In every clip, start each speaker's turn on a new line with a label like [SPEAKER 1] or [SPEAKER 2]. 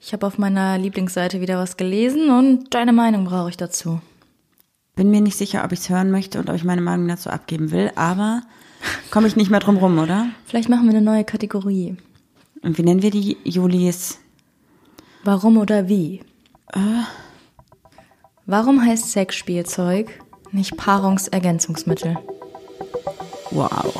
[SPEAKER 1] Ich habe auf meiner Lieblingsseite wieder was gelesen und deine Meinung brauche ich dazu.
[SPEAKER 2] Bin mir nicht sicher, ob ich es hören möchte und ob ich meine Meinung dazu abgeben will, aber komme ich nicht mehr drum rum, oder?
[SPEAKER 1] Vielleicht machen wir eine neue Kategorie.
[SPEAKER 2] Und wie nennen wir die Julis?
[SPEAKER 1] Warum oder wie? Warum heißt Sexspielzeug nicht Paarungsergänzungsmittel?
[SPEAKER 2] Wow.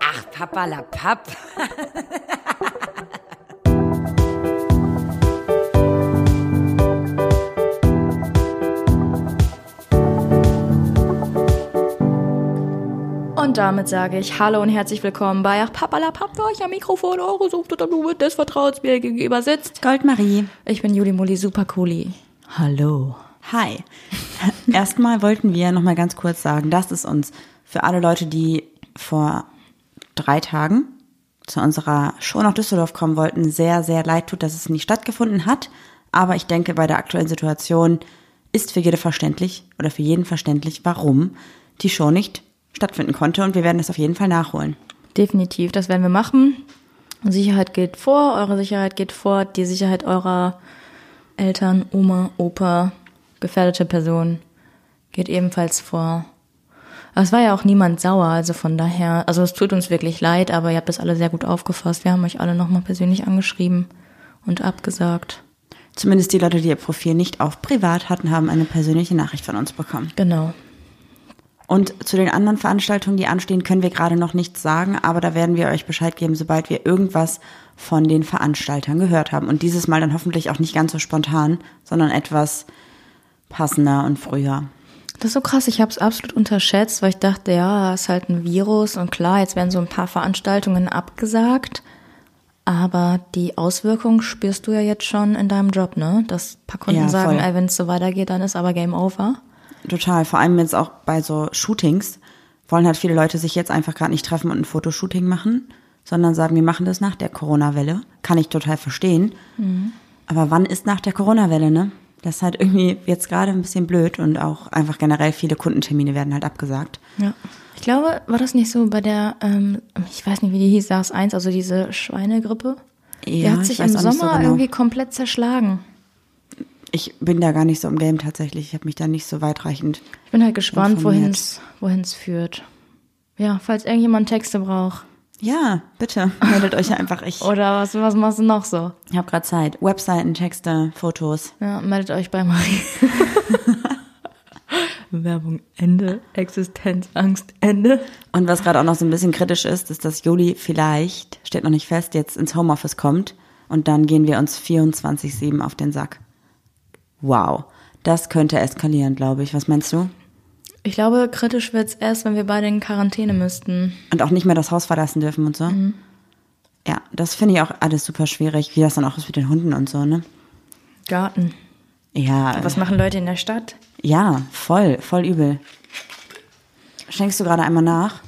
[SPEAKER 3] Ach, Papalapap.
[SPEAKER 1] Und damit sage ich Hallo und herzlich willkommen bei Ach Papalapap, wo euch am Mikrofon Oh, eure Sucht oder Blume des Vertrauens mir gegenüber sitzt.
[SPEAKER 2] Goldmarie.
[SPEAKER 1] Ich bin Juli Muli Supercooli. Hallo.
[SPEAKER 2] Hi. Erstmal wollten wir nochmal ganz kurz sagen, dass es uns für alle Leute, die vor drei Tagen zu unserer Show nach Düsseldorf kommen wollten, sehr, sehr leid tut, dass es nicht stattgefunden hat. Aber ich denke, bei der aktuellen Situation ist für jede verständlich oder für jeden verständlich, warum die Show nicht stattfinden konnte. Und wir werden das auf jeden Fall nachholen.
[SPEAKER 1] Definitiv, das werden wir machen. Sicherheit geht vor, eure Sicherheit geht vor, die Sicherheit eurer Eltern, Oma, Opa, gefährdete Personen geht ebenfalls vor. Aber es war ja auch niemand sauer, also von daher, also es tut uns wirklich leid, aber ihr habt das alle sehr gut aufgefasst. Wir haben euch alle nochmal persönlich angeschrieben und abgesagt.
[SPEAKER 2] Zumindest die Leute, die ihr Profil nicht auf privat hatten, haben eine persönliche Nachricht von uns bekommen.
[SPEAKER 1] Genau.
[SPEAKER 2] Und zu den anderen Veranstaltungen, die anstehen, können wir gerade noch nichts sagen, aber da werden wir euch Bescheid geben, sobald wir irgendwas von den Veranstaltern gehört haben. Und dieses Mal dann hoffentlich auch nicht ganz so spontan, sondern etwas passender und früher.
[SPEAKER 1] Das ist so krass, ich habe es absolut unterschätzt, weil ich dachte, ja, es ist halt ein Virus und klar, jetzt werden so ein paar Veranstaltungen abgesagt. Aber die Auswirkung spürst du ja jetzt schon in deinem Job, ne? Dass ein paar Kunden
[SPEAKER 2] Ja,
[SPEAKER 1] sagen,
[SPEAKER 2] voll.
[SPEAKER 1] ey, wenn es so weitergeht, dann ist aber Game Over.
[SPEAKER 2] Total. Vor allem jetzt auch bei so Shootings wollen halt viele Leute sich jetzt einfach gerade nicht treffen und ein Fotoshooting machen, sondern sagen, wir machen das nach der Corona-Welle. Kann ich total verstehen. Aber wann ist nach der Corona-Welle, ne? Das ist halt irgendwie jetzt gerade ein bisschen blöd und auch einfach generell viele Kundentermine werden halt abgesagt.
[SPEAKER 1] Ja. Ich glaube, war das nicht so bei der, ähm, ich weiß nicht, wie die hieß, SARS-1, also diese Schweinegrippe? die
[SPEAKER 2] Ja,
[SPEAKER 1] hat
[SPEAKER 2] ich
[SPEAKER 1] sich im
[SPEAKER 2] weiß auch nicht so
[SPEAKER 1] Sommer
[SPEAKER 2] genau.
[SPEAKER 1] irgendwie komplett zerschlagen.
[SPEAKER 2] Ich bin da gar nicht so im Game tatsächlich. Ich habe mich da nicht so weitreichend.
[SPEAKER 1] Ich bin halt gespannt,
[SPEAKER 2] Informiert.
[SPEAKER 1] wohin es führt. Ja, falls irgendjemand Texte braucht.
[SPEAKER 2] Ja, bitte, meldet euch einfach. Ich
[SPEAKER 1] Oder was, was machst du noch so?
[SPEAKER 2] habe gerade Zeit. Webseiten, Texte, Fotos.
[SPEAKER 1] Ja, meldet euch bei Marie. Werbung Ende, Existenzangst Ende.
[SPEAKER 2] Und was gerade auch noch so ein bisschen kritisch ist, ist, dass Juli vielleicht, steht noch nicht fest, jetzt ins Homeoffice kommt und dann gehen wir uns 24-7 auf den Sack. Wow. Das könnte eskalieren, glaube ich. Was meinst du?
[SPEAKER 1] Ich glaube, kritisch wird's erst, wenn wir beide in Quarantäne müssten.
[SPEAKER 2] Und auch nicht mehr das Haus verlassen dürfen und so. Ja, das finde ich auch alles super schwierig, wie das dann auch ist mit den Hunden und so, ne?
[SPEAKER 1] Garten.
[SPEAKER 2] Ja,
[SPEAKER 1] Was machen Leute in der Stadt?
[SPEAKER 2] ja, voll, voll übel. Schenkst du gerade einmal nach?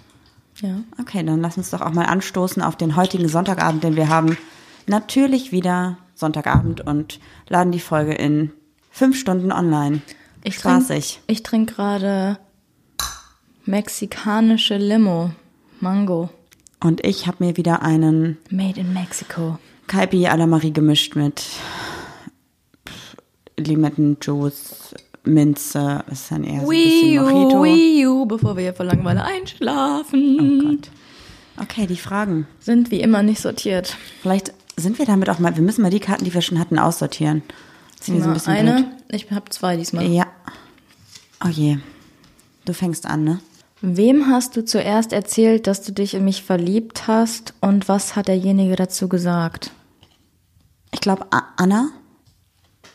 [SPEAKER 1] Ja.
[SPEAKER 2] Okay, dann lass uns doch auch mal anstoßen auf den heutigen Sonntagabend, denn wir haben natürlich wieder Sonntagabend und laden die Folge in fünf Stunden online.
[SPEAKER 1] Ich trinke
[SPEAKER 2] Spaßig.
[SPEAKER 1] ich. trink gerade mexikanische Limo. Mango.
[SPEAKER 2] Und ich habe mir wieder einen
[SPEAKER 1] Made in Mexico.
[SPEAKER 2] Kaipi à la Marie gemischt mit Limettenjuice, Minze, ist dann eher so ein bisschen Mojito.
[SPEAKER 1] wiu, bevor wir hier vor Langeweile einschlafen.
[SPEAKER 2] Gott. Okay, die Fragen.
[SPEAKER 1] Oh Sind wie immer nicht sortiert.
[SPEAKER 2] Vielleicht sind wir damit auch mal, wir müssen mal die Karten, die wir schon hatten, aussortieren. Das ist mir so ein
[SPEAKER 1] Mal
[SPEAKER 2] bisschen blöd.
[SPEAKER 1] eine, ich habe zwei diesmal.
[SPEAKER 2] Ja. Oh je. Du fängst an, ne?
[SPEAKER 1] Wem hast du zuerst erzählt, dass du dich in mich verliebt hast und was hat derjenige dazu gesagt?
[SPEAKER 2] Ich glaube, A- Anna.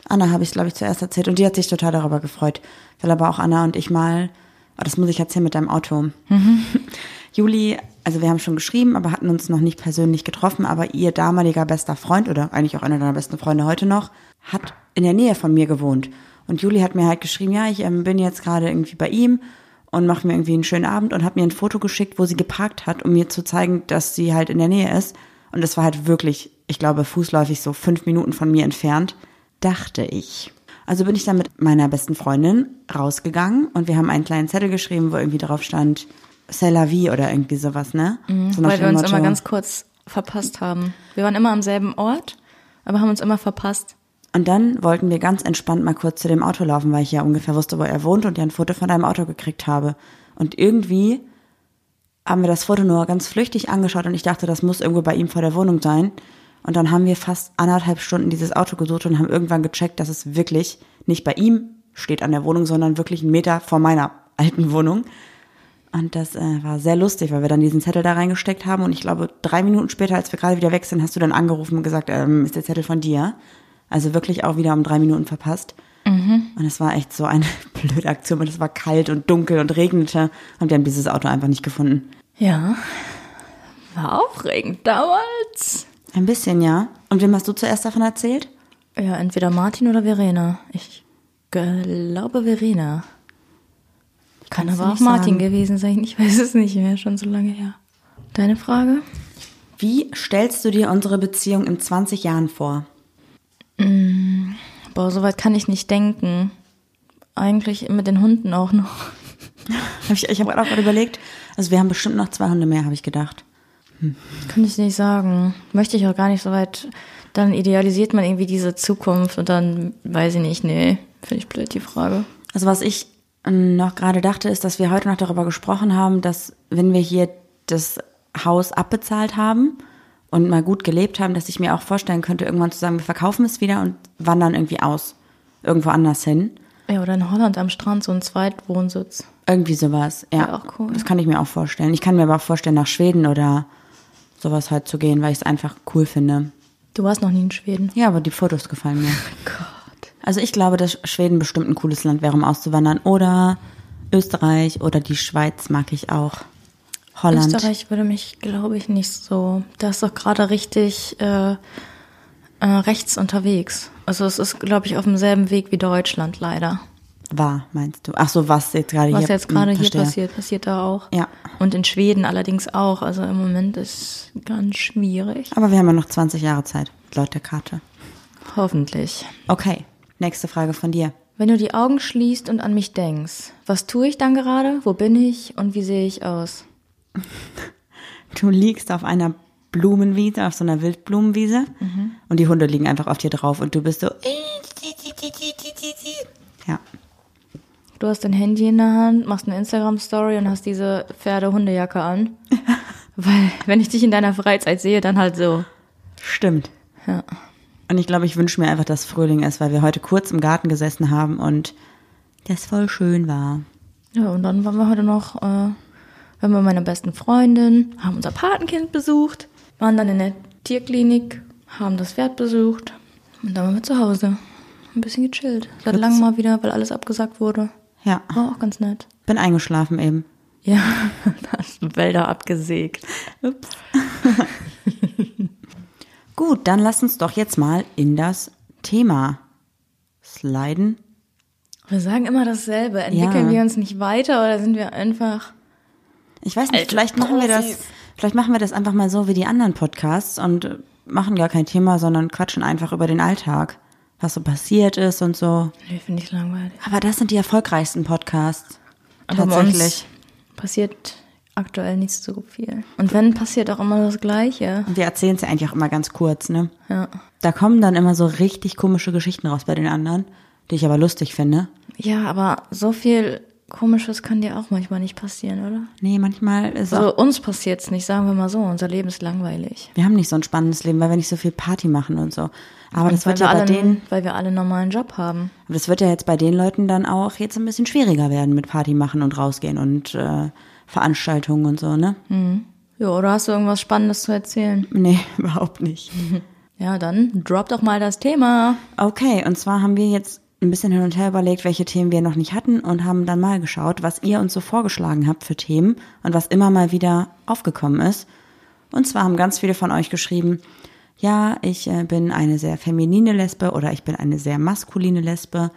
[SPEAKER 2] Anna habe ich, glaube ich, zuerst erzählt. Und die hat sich total darüber gefreut. Weil aber auch Anna und ich mal, oh, das muss ich erzählen mit deinem Auto. Juli, also wir haben schon geschrieben, aber hatten uns noch nicht persönlich getroffen. Aber ihr damaliger bester Freund oder eigentlich auch einer deiner besten Freunde heute noch, hat in der Nähe von mir gewohnt. Und Juli hat mir halt geschrieben, ja, ich ähm, bin jetzt gerade irgendwie bei ihm und mache mir irgendwie einen schönen Abend und hat mir ein Foto geschickt, wo sie geparkt hat, um mir zu zeigen, dass sie halt in der Nähe ist. Und das war halt wirklich, ich glaube, fußläufig so fünf Minuten von mir entfernt, dachte ich. Also bin ich dann mit meiner besten Freundin rausgegangen und wir haben einen kleinen Zettel geschrieben, wo irgendwie drauf stand, C'est la vie oder irgendwie sowas, ne? So nach
[SPEAKER 1] Mhm. Weil wir
[SPEAKER 2] dem
[SPEAKER 1] uns
[SPEAKER 2] Motto-
[SPEAKER 1] immer ganz kurz verpasst haben. Wir waren immer am selben Ort, aber haben uns immer verpasst.
[SPEAKER 2] Und dann wollten wir ganz entspannt mal kurz zu dem Auto laufen, weil ich ja ungefähr wusste, wo er wohnt und ja ein Foto von einem Auto gekriegt habe. Und irgendwie haben wir das Foto nur ganz flüchtig angeschaut und ich dachte, das muss irgendwo bei ihm vor der Wohnung sein. Und dann haben wir fast anderthalb Stunden dieses Auto gesucht und haben irgendwann gecheckt, dass es wirklich nicht bei ihm steht an der Wohnung, sondern wirklich einen Meter vor meiner alten Wohnung. Und das äh, war sehr lustig, weil wir dann diesen Zettel da reingesteckt haben. Und ich glaube, drei Minuten später, als wir gerade wieder weg sind, hast du dann angerufen und gesagt, ähm, ist der Zettel von dir? Also wirklich auch wieder um drei Minuten verpasst. Und es war echt so eine blöde Aktion. Und es war kalt und dunkel und regnete. Und wir haben dieses Auto einfach nicht gefunden.
[SPEAKER 1] Ja. War aufregend damals.
[SPEAKER 2] Ein bisschen, ja. Und wem hast du zuerst davon erzählt?
[SPEAKER 1] Ja, entweder Martin oder Verena. Ich glaube Verena. Kann
[SPEAKER 2] Kannst du
[SPEAKER 1] aber auch
[SPEAKER 2] nicht
[SPEAKER 1] Martin
[SPEAKER 2] sagen.
[SPEAKER 1] gewesen sein. Ich weiß es nicht mehr, schon so lange her. Deine Frage?
[SPEAKER 2] Wie stellst du dir unsere Beziehung in 20 Jahren vor?
[SPEAKER 1] Boah, so weit kann ich nicht denken. Eigentlich mit den Hunden auch noch.
[SPEAKER 2] Hab ich ich habe auch gerade überlegt. Also wir haben bestimmt noch zwei Hunde mehr, habe ich gedacht.
[SPEAKER 1] Kann ich nicht sagen. Möchte ich auch gar nicht so weit. Dann idealisiert man irgendwie diese Zukunft und dann weiß ich nicht. Nee, finde ich blöd, die Frage.
[SPEAKER 2] Also was ich ähm, noch gerade dachte, ist, dass wir heute noch darüber gesprochen haben, dass wenn wir hier das Haus abbezahlt haben und mal gut gelebt haben, dass ich mir auch vorstellen könnte, irgendwann zu sagen, wir verkaufen es wieder und wandern irgendwie aus. Irgendwo anders hin.
[SPEAKER 1] Ja, oder in Holland am Strand so ein Zweitwohnsitz.
[SPEAKER 2] Irgendwie sowas. Ja,
[SPEAKER 1] Wär auch cool.
[SPEAKER 2] Das kann ich mir auch vorstellen. Ich kann mir aber auch vorstellen, nach Schweden oder sowas halt zu gehen, weil ich es einfach cool finde.
[SPEAKER 1] Du warst noch nie in Schweden.
[SPEAKER 2] Ja, aber die Fotos gefallen mir.
[SPEAKER 1] Oh Gott.
[SPEAKER 2] Also ich glaube, dass Schweden bestimmt ein cooles Land wäre, um auszuwandern. Oder Österreich oder die Schweiz mag ich auch. Holland.
[SPEAKER 1] Österreich würde mich, glaube ich, nicht so. Da ist doch gerade richtig äh, äh, rechts unterwegs. Also es ist, glaube ich, auf demselben Weg wie Deutschland leider.
[SPEAKER 2] War, meinst du? Ach so, was jetzt gerade hier
[SPEAKER 1] Was jetzt gerade
[SPEAKER 2] Hm,
[SPEAKER 1] hier
[SPEAKER 2] verstehe.
[SPEAKER 1] passiert, passiert da auch.
[SPEAKER 2] Ja.
[SPEAKER 1] Und in Schweden allerdings auch. Also im Moment ist ganz schwierig.
[SPEAKER 2] Aber wir haben ja noch 20 Jahre Zeit, laut der Karte.
[SPEAKER 1] Hoffentlich.
[SPEAKER 2] Okay, nächste Frage von dir.
[SPEAKER 1] Wenn du die Augen schließt und an mich denkst, was tue ich dann gerade? Wo bin ich und wie sehe ich aus?
[SPEAKER 2] Du liegst auf einer Blumenwiese, auf so einer Wildblumenwiese
[SPEAKER 1] Mhm.
[SPEAKER 2] und die Hunde liegen einfach auf dir drauf und du bist so... Ja,
[SPEAKER 1] Du hast dein Handy in der Hand, machst eine Instagram-Story und hast diese Pferde-Hundejacke an. Weil, wenn ich dich in deiner Freizeit sehe, dann halt so.
[SPEAKER 2] stimmt.
[SPEAKER 1] Ja.
[SPEAKER 2] Und ich glaube, ich wünsche mir einfach, dass Frühling ist, weil wir heute kurz im Garten gesessen haben und das voll schön war.
[SPEAKER 1] Ja, und dann waren wir heute noch, äh, waren wir bei meiner besten Freundin, haben unser Patenkind besucht, waren dann in der Tierklinik, haben das Pferd besucht und dann waren wir zu Hause. Ein bisschen gechillt. Seit langem mal wieder, weil alles abgesagt wurde.
[SPEAKER 2] Ja,
[SPEAKER 1] War auch ganz nett.
[SPEAKER 2] bin eingeschlafen eben.
[SPEAKER 1] Ja, da hast du Wälder abgesägt.
[SPEAKER 2] Ups. Gut, dann lass uns doch jetzt mal in das Thema sliden.
[SPEAKER 1] Wir sagen immer dasselbe. Entwickeln
[SPEAKER 2] Ja.
[SPEAKER 1] wir uns nicht weiter oder sind wir einfach.
[SPEAKER 2] Ich weiß nicht,
[SPEAKER 1] Alte
[SPEAKER 2] vielleicht machen wir das,
[SPEAKER 1] Profis.
[SPEAKER 2] vielleicht machen wir das einfach mal so wie die anderen Podcasts und äh, machen gar kein Thema, sondern quatschen einfach über den Alltag, was so passiert ist und so.
[SPEAKER 1] Nee, finde ich langweilig.
[SPEAKER 2] Aber das sind die erfolgreichsten Podcasts.
[SPEAKER 1] Aber bei
[SPEAKER 2] Tatsächlich.
[SPEAKER 1] uns passiert aktuell nicht so viel. Und wenn, passiert auch immer das Gleiche.
[SPEAKER 2] Und wir erzählen es ja eigentlich auch immer ganz kurz, ne?
[SPEAKER 1] Ja.
[SPEAKER 2] Da kommen dann immer so richtig komische Geschichten raus bei den anderen, die ich aber lustig finde.
[SPEAKER 1] Ja, aber so viel Komisches kann dir auch manchmal nicht passieren, oder?
[SPEAKER 2] Nee, manchmal ist auch,
[SPEAKER 1] Also uns passiert's nicht, sagen wir mal so. Unser Leben ist langweilig.
[SPEAKER 2] wir haben nicht so ein spannendes Leben, weil wir nicht so viel Party machen und so. Aber das wird
[SPEAKER 1] weil,
[SPEAKER 2] ja
[SPEAKER 1] wir alle,
[SPEAKER 2] bei denen,
[SPEAKER 1] weil wir alle einen normalen Job haben.
[SPEAKER 2] aber das wird ja jetzt bei den Leuten dann auch jetzt ein bisschen schwieriger werden mit Party machen und rausgehen und äh, Veranstaltungen und so, ne?
[SPEAKER 1] Hm. Ja, oder hast du irgendwas Spannendes zu erzählen?
[SPEAKER 2] Nee, überhaupt nicht.
[SPEAKER 1] Ja, dann drop doch mal das Thema.
[SPEAKER 2] Okay, und zwar haben wir jetzt ein bisschen hin und her überlegt, welche Themen wir noch nicht hatten und haben dann mal geschaut, was ihr uns so vorgeschlagen habt für Themen und was immer mal wieder aufgekommen ist. Und zwar haben ganz viele von euch geschrieben, ja, ich äh, bin eine sehr feminine Lesbe oder ich bin eine sehr maskuline Lesbe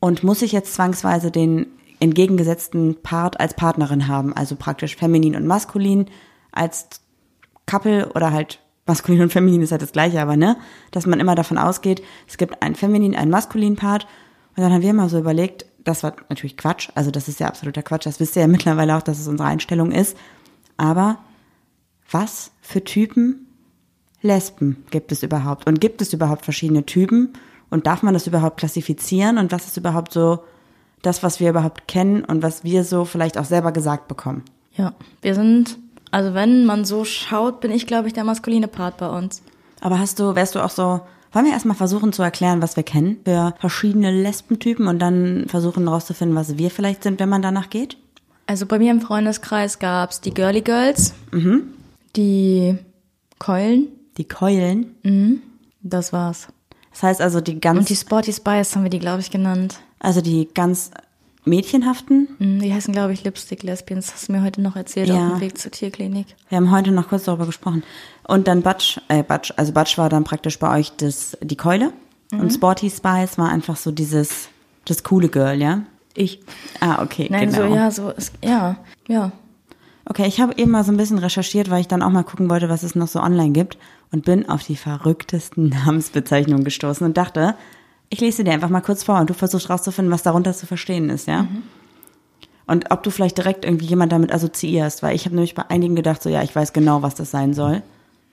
[SPEAKER 2] und muss ich jetzt zwangsweise den entgegengesetzten Part als Partnerin haben, also praktisch feminin und maskulin als Couple oder halt maskulin und feminin ist halt das gleiche, aber ne, dass man immer davon ausgeht, es gibt einen feminin, einen maskulinen Part Und dann haben wir mal so überlegt, das war natürlich Quatsch, also das ist ja absoluter Quatsch, das wisst ihr ja mittlerweile auch, dass es unsere Einstellung ist. Aber was für Typen Lesben gibt es überhaupt? Und gibt es überhaupt verschiedene Typen? Und darf man das überhaupt klassifizieren? Und was ist überhaupt so das, was wir überhaupt kennen und was wir so vielleicht auch selber gesagt bekommen?
[SPEAKER 1] Ja, wir sind, also wenn man so schaut, bin ich, glaube ich, der maskuline Part bei uns.
[SPEAKER 2] Aber hast du, wärst du auch so, wollen wir erstmal versuchen zu erklären, was wir kennen für verschiedene Lesbentypen und dann versuchen rauszufinden, was wir vielleicht sind, wenn man danach geht?
[SPEAKER 1] Also bei mir im Freundeskreis gab's die Girly Girls,
[SPEAKER 2] Mhm.
[SPEAKER 1] die Keulen,
[SPEAKER 2] Die Keulen.
[SPEAKER 1] das war's.
[SPEAKER 2] Das heißt also die ganz,
[SPEAKER 1] Und die Sporty Spice haben wir die, glaube ich, genannt.
[SPEAKER 2] also die ganz mädchenhaften.
[SPEAKER 1] Mhm, Die heißen, glaube ich, Lipstick Lesbians. Das hast du mir heute noch erzählt auf
[SPEAKER 2] Ja.
[SPEAKER 1] dem Weg zur Tierklinik.
[SPEAKER 2] Wir haben heute noch kurz darüber gesprochen. Und dann Batsch, äh Batsch, also Batsch war dann praktisch bei euch das, die Keule.
[SPEAKER 1] Mhm.
[SPEAKER 2] Und Sporty Spice war einfach so dieses, das coole Girl, ja? Ich. Ah, okay,
[SPEAKER 1] Nein,
[SPEAKER 2] genau.
[SPEAKER 1] so, ja, so, ist, ja, ja.
[SPEAKER 2] Okay, ich habe eben mal so ein bisschen recherchiert, weil ich dann auch mal gucken wollte, was es noch so online gibt und bin auf die verrücktesten Namensbezeichnungen gestoßen und dachte, ich lese sie dir einfach mal kurz vor und du versuchst rauszufinden, was darunter zu verstehen ist, ja? Und ob du vielleicht direkt irgendwie jemand damit assoziierst, weil ich habe nämlich bei einigen gedacht, so ja, ich weiß genau, was das sein soll.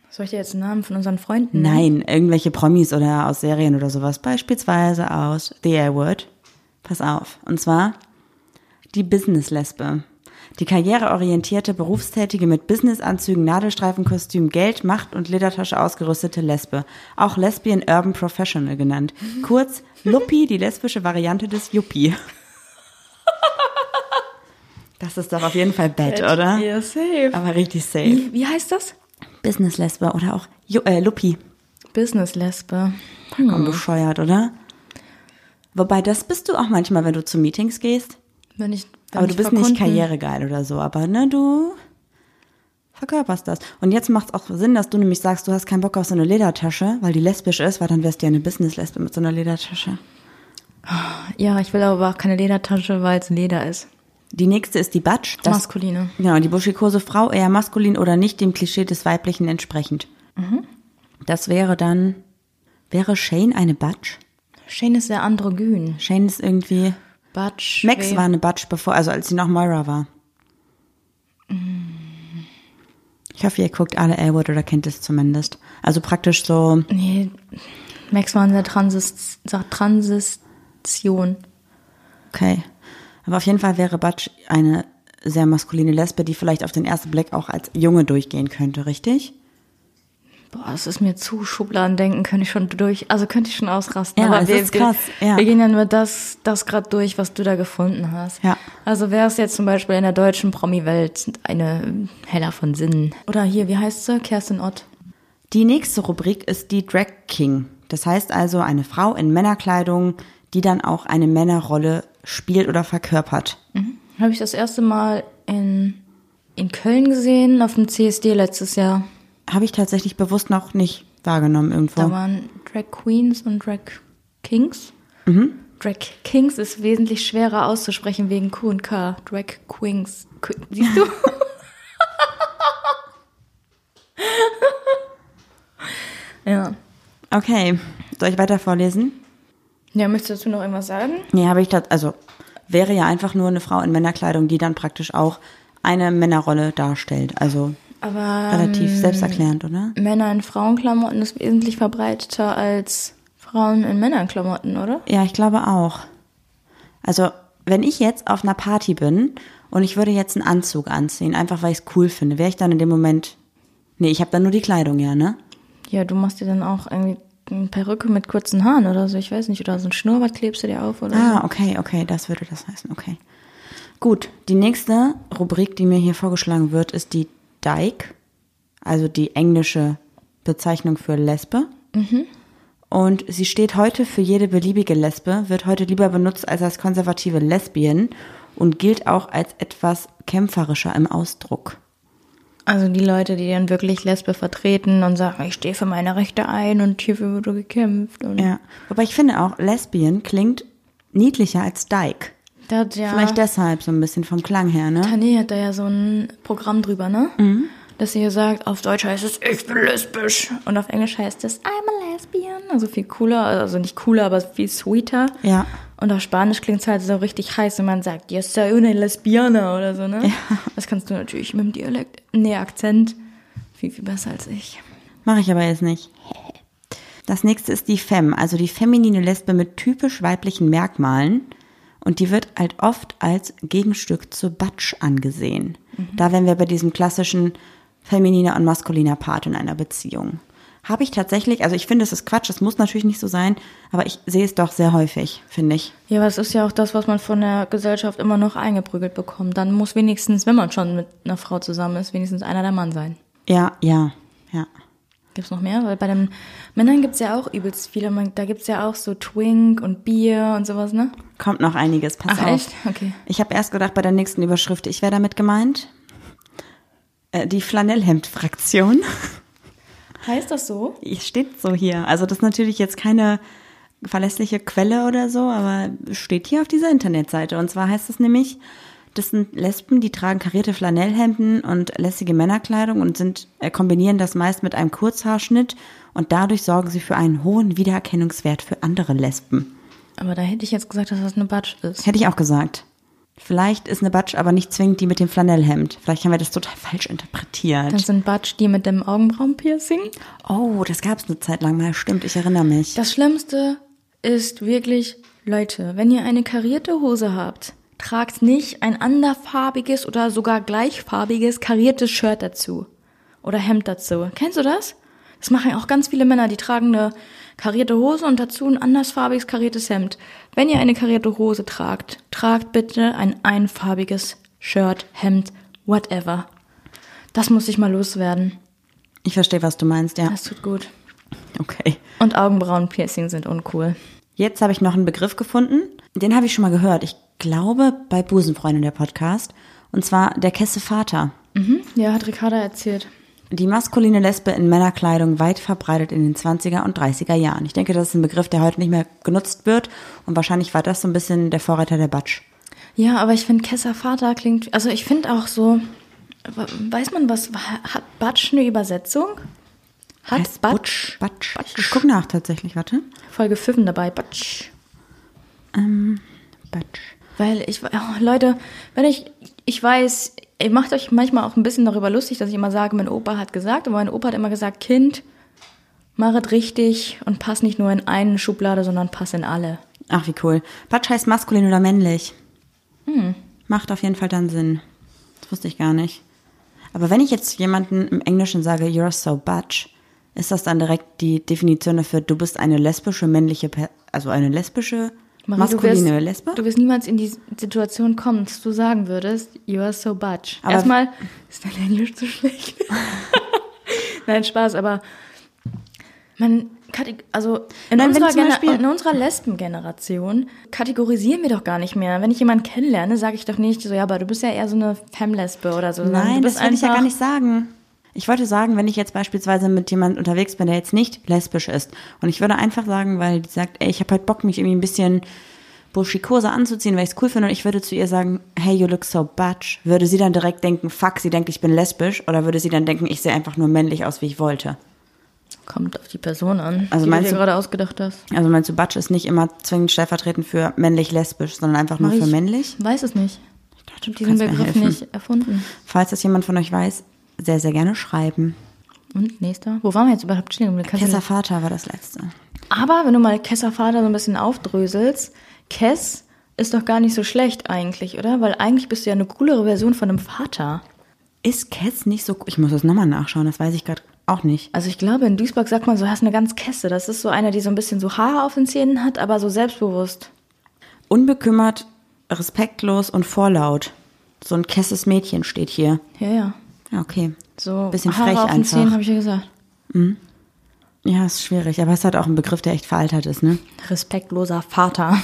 [SPEAKER 1] Soll ich dir jetzt einen Namen von unseren Freunden nennen?
[SPEAKER 2] Nein, irgendwelche Promis oder aus Serien oder sowas, beispielsweise aus The A-Word. Pass auf. Und zwar die Business-Lesbe. Die karriereorientierte, berufstätige, mit Businessanzügen, Nadelstreifenkostüm, Geld, Macht und Ledertasche ausgerüstete Lesbe. Auch Lesbian Urban Professional genannt. Kurz Luppi, die lesbische Variante des Yuppie. Das ist doch auf jeden Fall bad, oder?
[SPEAKER 1] Ja, safe.
[SPEAKER 2] Aber richtig safe.
[SPEAKER 1] Wie, wie heißt das?
[SPEAKER 2] Business-Lesbe oder auch Ju äh, Luppi.
[SPEAKER 1] Business Lesbe. Mhm.
[SPEAKER 2] Vollkommen bescheuert, oder? Wobei, das bist du auch manchmal, wenn du zu Meetings gehst.
[SPEAKER 1] Wenn ich, wenn
[SPEAKER 2] aber du
[SPEAKER 1] ich
[SPEAKER 2] bist
[SPEAKER 1] vor
[SPEAKER 2] nicht
[SPEAKER 1] Kunden-
[SPEAKER 2] karrieregeil oder so, aber ne, du verkörperst das. Und jetzt macht es auch Sinn, dass du nämlich sagst, du hast keinen Bock auf so eine Ledertasche, weil die lesbisch ist, weil dann wärst du ja eine Business-Lesbe mit so einer Ledertasche.
[SPEAKER 1] Ja, ich will aber auch keine Ledertasche, weil es Leder ist.
[SPEAKER 2] Die nächste ist die Batsch. Das-
[SPEAKER 1] Maskuline.
[SPEAKER 2] Genau, die buschikose Frau, eher maskulin oder nicht dem Klischee des Weiblichen entsprechend.
[SPEAKER 1] Mhm.
[SPEAKER 2] Das wäre dann, wäre Shane eine Batsch?
[SPEAKER 1] Shane ist sehr androgyn.
[SPEAKER 2] Shane ist irgendwie,
[SPEAKER 1] Batsch.
[SPEAKER 2] Max war eine Batsch bevor, also als sie noch Moira war. Ich hoffe, ihr guckt alle Elwood oder kennt es zumindest. Also praktisch so,
[SPEAKER 1] Nee, Max war in der Transis Sa- Transition.
[SPEAKER 2] okay. Aber auf jeden Fall wäre Batsch eine sehr maskuline Lesbe, die vielleicht auf den ersten Blick auch als Junge durchgehen könnte, richtig?
[SPEAKER 1] Boah, das ist mir zu Schubladendenken, könnte ich schon durch, also könnte ich schon ausrasten.
[SPEAKER 2] Ja,
[SPEAKER 1] aber
[SPEAKER 2] es
[SPEAKER 1] wir,
[SPEAKER 2] ist krass,
[SPEAKER 1] Wir,
[SPEAKER 2] ja.
[SPEAKER 1] wir gehen ja nur das, das gerade durch, was du da gefunden hast.
[SPEAKER 2] Ja.
[SPEAKER 1] Also wäre es jetzt zum Beispiel in der deutschen Promi-Welt eine Hella von Sinnen. Oder hier, wie heißt sie? Kerstin Ott.
[SPEAKER 2] Die nächste Rubrik ist die Drag King. Das heißt also eine Frau in Männerkleidung, die dann auch eine Männerrolle spielt oder verkörpert.
[SPEAKER 1] Habe ich das erste Mal in, in Köln gesehen, auf dem CSD letztes Jahr.
[SPEAKER 2] Habe ich tatsächlich bewusst noch nicht wahrgenommen irgendwo.
[SPEAKER 1] Da waren Drag Queens und Drag Kings. Drag Kings ist wesentlich schwerer auszusprechen wegen Q und K. Drag Queens. Qu Siehst du? ja.
[SPEAKER 2] Okay, soll ich weiter vorlesen?
[SPEAKER 1] Ja, möchtest du dazu noch irgendwas sagen?
[SPEAKER 2] Nee, habe ich das, also wäre ja einfach nur eine Frau in Männerkleidung, die dann praktisch auch eine Männerrolle darstellt. Also
[SPEAKER 1] Aber
[SPEAKER 2] relativ selbsterklärend, oder?
[SPEAKER 1] Männer in Frauenklamotten ist wesentlich verbreiteter als Frauen in Männerklamotten, oder?
[SPEAKER 2] Ja, ich glaube auch. Also, wenn ich jetzt auf einer Party bin und ich würde jetzt einen Anzug anziehen, einfach weil ich es cool finde, wäre ich dann in dem Moment. Nee, ich habe dann nur die Kleidung, ja, ne?
[SPEAKER 1] Ja, du machst dir dann auch irgendwie eine Perücke mit kurzen Haaren oder so, ich weiß nicht, oder so ein Schnurrbart klebst du dir auf oder so.
[SPEAKER 2] Ah, okay, okay, das würde das heißen, okay. Gut, die nächste Rubrik, die mir hier vorgeschlagen wird, ist die Dyke, also die englische Bezeichnung für Lesbe. Und sie steht heute für jede beliebige Lesbe, wird heute lieber benutzt als als konservative Lesbien und gilt auch als etwas kämpferischer im Ausdruck.
[SPEAKER 1] Also die Leute, die dann wirklich Lesbe vertreten und sagen, ich stehe für meine Rechte ein und hierfür wurde gekämpft. Und
[SPEAKER 2] Ja, wobei ich finde auch, Lesbien klingt niedlicher als Dyke.
[SPEAKER 1] Das, ja, Ah,
[SPEAKER 2] Vielleicht deshalb so ein bisschen vom Klang her, ne? Mhm.
[SPEAKER 1] Tané hat da ja so ein Programm drüber, ne? dass sie hier sagt, auf Deutsch heißt es, ich bin lesbisch. Und auf Englisch heißt es, I'm a lesbian. Also viel cooler, also nicht cooler, aber viel sweeter.
[SPEAKER 2] Ja.
[SPEAKER 1] Und auf Spanisch klingt es halt so richtig heiß, wenn man sagt, yo soy una lesbiana oder so, ne? Ja. Das kannst du natürlich mit dem Dialekt, nee, Akzent, viel, viel besser als ich.
[SPEAKER 2] Mache ich aber jetzt nicht. Das nächste ist die Femme, also die feminine Lesbe mit typisch weiblichen Merkmalen. Und die wird halt oft als Gegenstück zur Batsch angesehen.
[SPEAKER 1] Mhm.
[SPEAKER 2] Da wären wir bei diesem klassischen femininer und maskuliner Part in einer Beziehung. Habe ich tatsächlich, also ich finde, es ist Quatsch, es muss natürlich nicht so sein, aber ich sehe es doch sehr häufig, finde ich.
[SPEAKER 1] Ja, aber es ist ja auch das, was man von der Gesellschaft immer noch eingeprügelt bekommt. Dann muss wenigstens, wenn man schon mit einer Frau zusammen ist, wenigstens einer der Mann sein.
[SPEAKER 2] Ja, ja, ja.
[SPEAKER 1] Gibt's noch mehr? Weil bei den Männern gibt's ja auch übelst viele. Man, da gibt's ja auch so Twink und Bier und sowas, ne?
[SPEAKER 2] Kommt noch einiges, pass
[SPEAKER 1] Ach,
[SPEAKER 2] auf.
[SPEAKER 1] echt? Okay.
[SPEAKER 2] Ich habe erst gedacht, bei der nächsten Überschrift, ich wäre damit gemeint. Äh, die Flanellhemd-Fraktion.
[SPEAKER 1] Heißt das so?
[SPEAKER 2] Hier Steht so hier. Also das ist natürlich jetzt keine verlässliche Quelle oder so, aber steht hier auf dieser Internetseite. Und zwar heißt es nämlich, das sind Lesben, die tragen karierte Flanellhemden und lässige Männerkleidung und sind, äh, kombinieren das meist mit einem Kurzhaarschnitt und dadurch sorgen sie für einen hohen Wiedererkennungswert für andere Lesben.
[SPEAKER 1] Aber da hätte ich jetzt gesagt, dass das eine Batsch ist.
[SPEAKER 2] Hätte ich auch gesagt. Vielleicht ist eine Batsch aber nicht zwingend die mit dem Flanellhemd. Vielleicht haben wir das total falsch interpretiert.
[SPEAKER 1] Dann sind Batsch die mit dem Augenbrauenpiercing.
[SPEAKER 2] oh, das gab es eine Zeit lang mal. Stimmt, ich erinnere mich.
[SPEAKER 1] Das Schlimmste ist wirklich, Leute, wenn ihr eine karierte Hose habt, tragt nicht ein anderfarbiges oder sogar gleichfarbiges kariertes Shirt dazu. Oder Hemd dazu. Kennst du das? Das machen auch ganz viele Männer, die tragen eine karierte Hose und dazu ein andersfarbiges kariertes Hemd. Wenn ihr eine karierte Hose tragt, tragt bitte ein einfarbiges Shirt, Hemd, whatever. Das muss ich mal loswerden.
[SPEAKER 2] Ich verstehe, was du meinst, ja.
[SPEAKER 1] Das tut gut.
[SPEAKER 2] Okay.
[SPEAKER 1] Und Augenbrauenpiercing sind uncool.
[SPEAKER 2] Jetzt habe ich noch einen Begriff gefunden. Den habe ich schon mal gehört. Ich glaube, bei Busenfreundin der Podcast. Und zwar der Kessevater.
[SPEAKER 1] Mhm. Ja, hat Ricarda erzählt.
[SPEAKER 2] Die maskuline Lesbe in Männerkleidung weit verbreitet in den 20er und 30er Jahren. Ich denke, das ist ein Begriff, der heute nicht mehr genutzt wird. Und wahrscheinlich war das so ein bisschen der Vorreiter der Batsch.
[SPEAKER 1] Ja, aber ich finde Kessa Vater klingt, also ich finde auch so, we- weiß man was, hat Batsch eine Übersetzung? Hat
[SPEAKER 2] Heißt
[SPEAKER 1] Batsch,
[SPEAKER 2] Batsch.
[SPEAKER 1] Batsch.
[SPEAKER 2] Ich gucke nach tatsächlich, warte.
[SPEAKER 1] Folge 5 dabei, Batsch.
[SPEAKER 2] Ähm, Batsch.
[SPEAKER 1] Weil ich, oh, Leute, wenn ich, ich weiß, ihr macht euch manchmal auch ein bisschen darüber lustig, dass ich immer sage, mein Opa hat gesagt, aber mein Opa hat immer gesagt, Kind, machet richtig und pass nicht nur in eine Schublade, sondern pass in alle.
[SPEAKER 2] Ach, wie cool. Batsch heißt maskulin oder männlich. Macht auf jeden Fall dann Sinn. Das wusste ich gar nicht. Aber wenn ich jetzt jemanden im Englischen sage, you're so batsch, ist das dann direkt die Definition dafür, du bist eine lesbische männliche, Per- also eine lesbische
[SPEAKER 1] du
[SPEAKER 2] maskuline
[SPEAKER 1] wirst,
[SPEAKER 2] Lesbe?
[SPEAKER 1] Du wirst niemals in die Situation kommen, dass du sagen würdest, you are so butch.
[SPEAKER 2] Aber-
[SPEAKER 1] Erstmal ist dein Englisch zu schlecht. Nein, Spaß, aber man, kateg- also in,
[SPEAKER 2] Nein, wenn
[SPEAKER 1] unserer
[SPEAKER 2] ich zum
[SPEAKER 1] Gener-
[SPEAKER 2] Beispiel-
[SPEAKER 1] in unserer Lesben-Generation kategorisieren wir doch gar nicht mehr. Wenn ich jemanden kennenlerne, sage ich doch nicht so, ja, aber du bist ja eher so eine Femme-Lesbe oder so. sondern du
[SPEAKER 2] Nein,
[SPEAKER 1] bist
[SPEAKER 2] das will ich ja
[SPEAKER 1] einfach-
[SPEAKER 2] gar nicht sagen. Ich wollte sagen, wenn ich jetzt beispielsweise mit jemandem unterwegs bin, der jetzt nicht lesbisch ist, und ich würde einfach sagen, weil die sagt, ey, ich habe halt Bock, mich irgendwie ein bisschen burschikose anzuziehen, weil ich es cool finde, und ich würde zu ihr sagen, hey, you look so butch, würde sie dann direkt denken, fuck, sie denkt, ich bin lesbisch, oder würde sie dann denken, ich sehe einfach nur männlich aus, wie ich wollte?
[SPEAKER 1] Kommt auf die Person an,
[SPEAKER 2] Also
[SPEAKER 1] die du
[SPEAKER 2] meinst
[SPEAKER 1] dir
[SPEAKER 2] du-
[SPEAKER 1] gerade ausgedacht hast.
[SPEAKER 2] Also meinst du, butch ist nicht immer zwingend stellvertretend für männlich-lesbisch, sondern einfach nur für
[SPEAKER 1] Ich
[SPEAKER 2] männlich?
[SPEAKER 1] Weiß es nicht. Ich
[SPEAKER 2] dachte, du
[SPEAKER 1] diesen
[SPEAKER 2] kannst mir
[SPEAKER 1] Begriff
[SPEAKER 2] helfen.
[SPEAKER 1] nicht erfunden.
[SPEAKER 2] Falls das jemand von euch weiß, sehr, sehr gerne schreiben.
[SPEAKER 1] Und nächster. Wo waren wir jetzt überhaupt stehen? geblieben? Kannst du-
[SPEAKER 2] Kesser Vater war das Letzte.
[SPEAKER 1] Aber wenn du mal Kessafader so ein bisschen aufdröselst, Kess ist doch gar nicht so schlecht eigentlich, oder? Weil eigentlich bist du ja eine coolere Version von einem Vater.
[SPEAKER 2] Ist Kess nicht so. Ich muss das nochmal nachschauen, das weiß ich gerade auch nicht.
[SPEAKER 1] Also ich glaube, in Duisburg sagt man so, hast eine ganz Kesse. Das ist so einer, die so ein bisschen so Haare auf den Zähnen hat, aber so selbstbewusst.
[SPEAKER 2] Unbekümmert, respektlos und vorlaut. So ein kesses Mädchen steht hier.
[SPEAKER 1] Ja, ja.
[SPEAKER 2] Ja, okay.
[SPEAKER 1] So
[SPEAKER 2] Bisschen
[SPEAKER 1] Haare
[SPEAKER 2] frech
[SPEAKER 1] auf den
[SPEAKER 2] einfach.
[SPEAKER 1] Zähnen, habe ich ja gesagt.
[SPEAKER 2] Ja, ist schwierig, aber es hat auch einen Begriff, der echt veraltet ist, ne?
[SPEAKER 1] Respektloser Vater.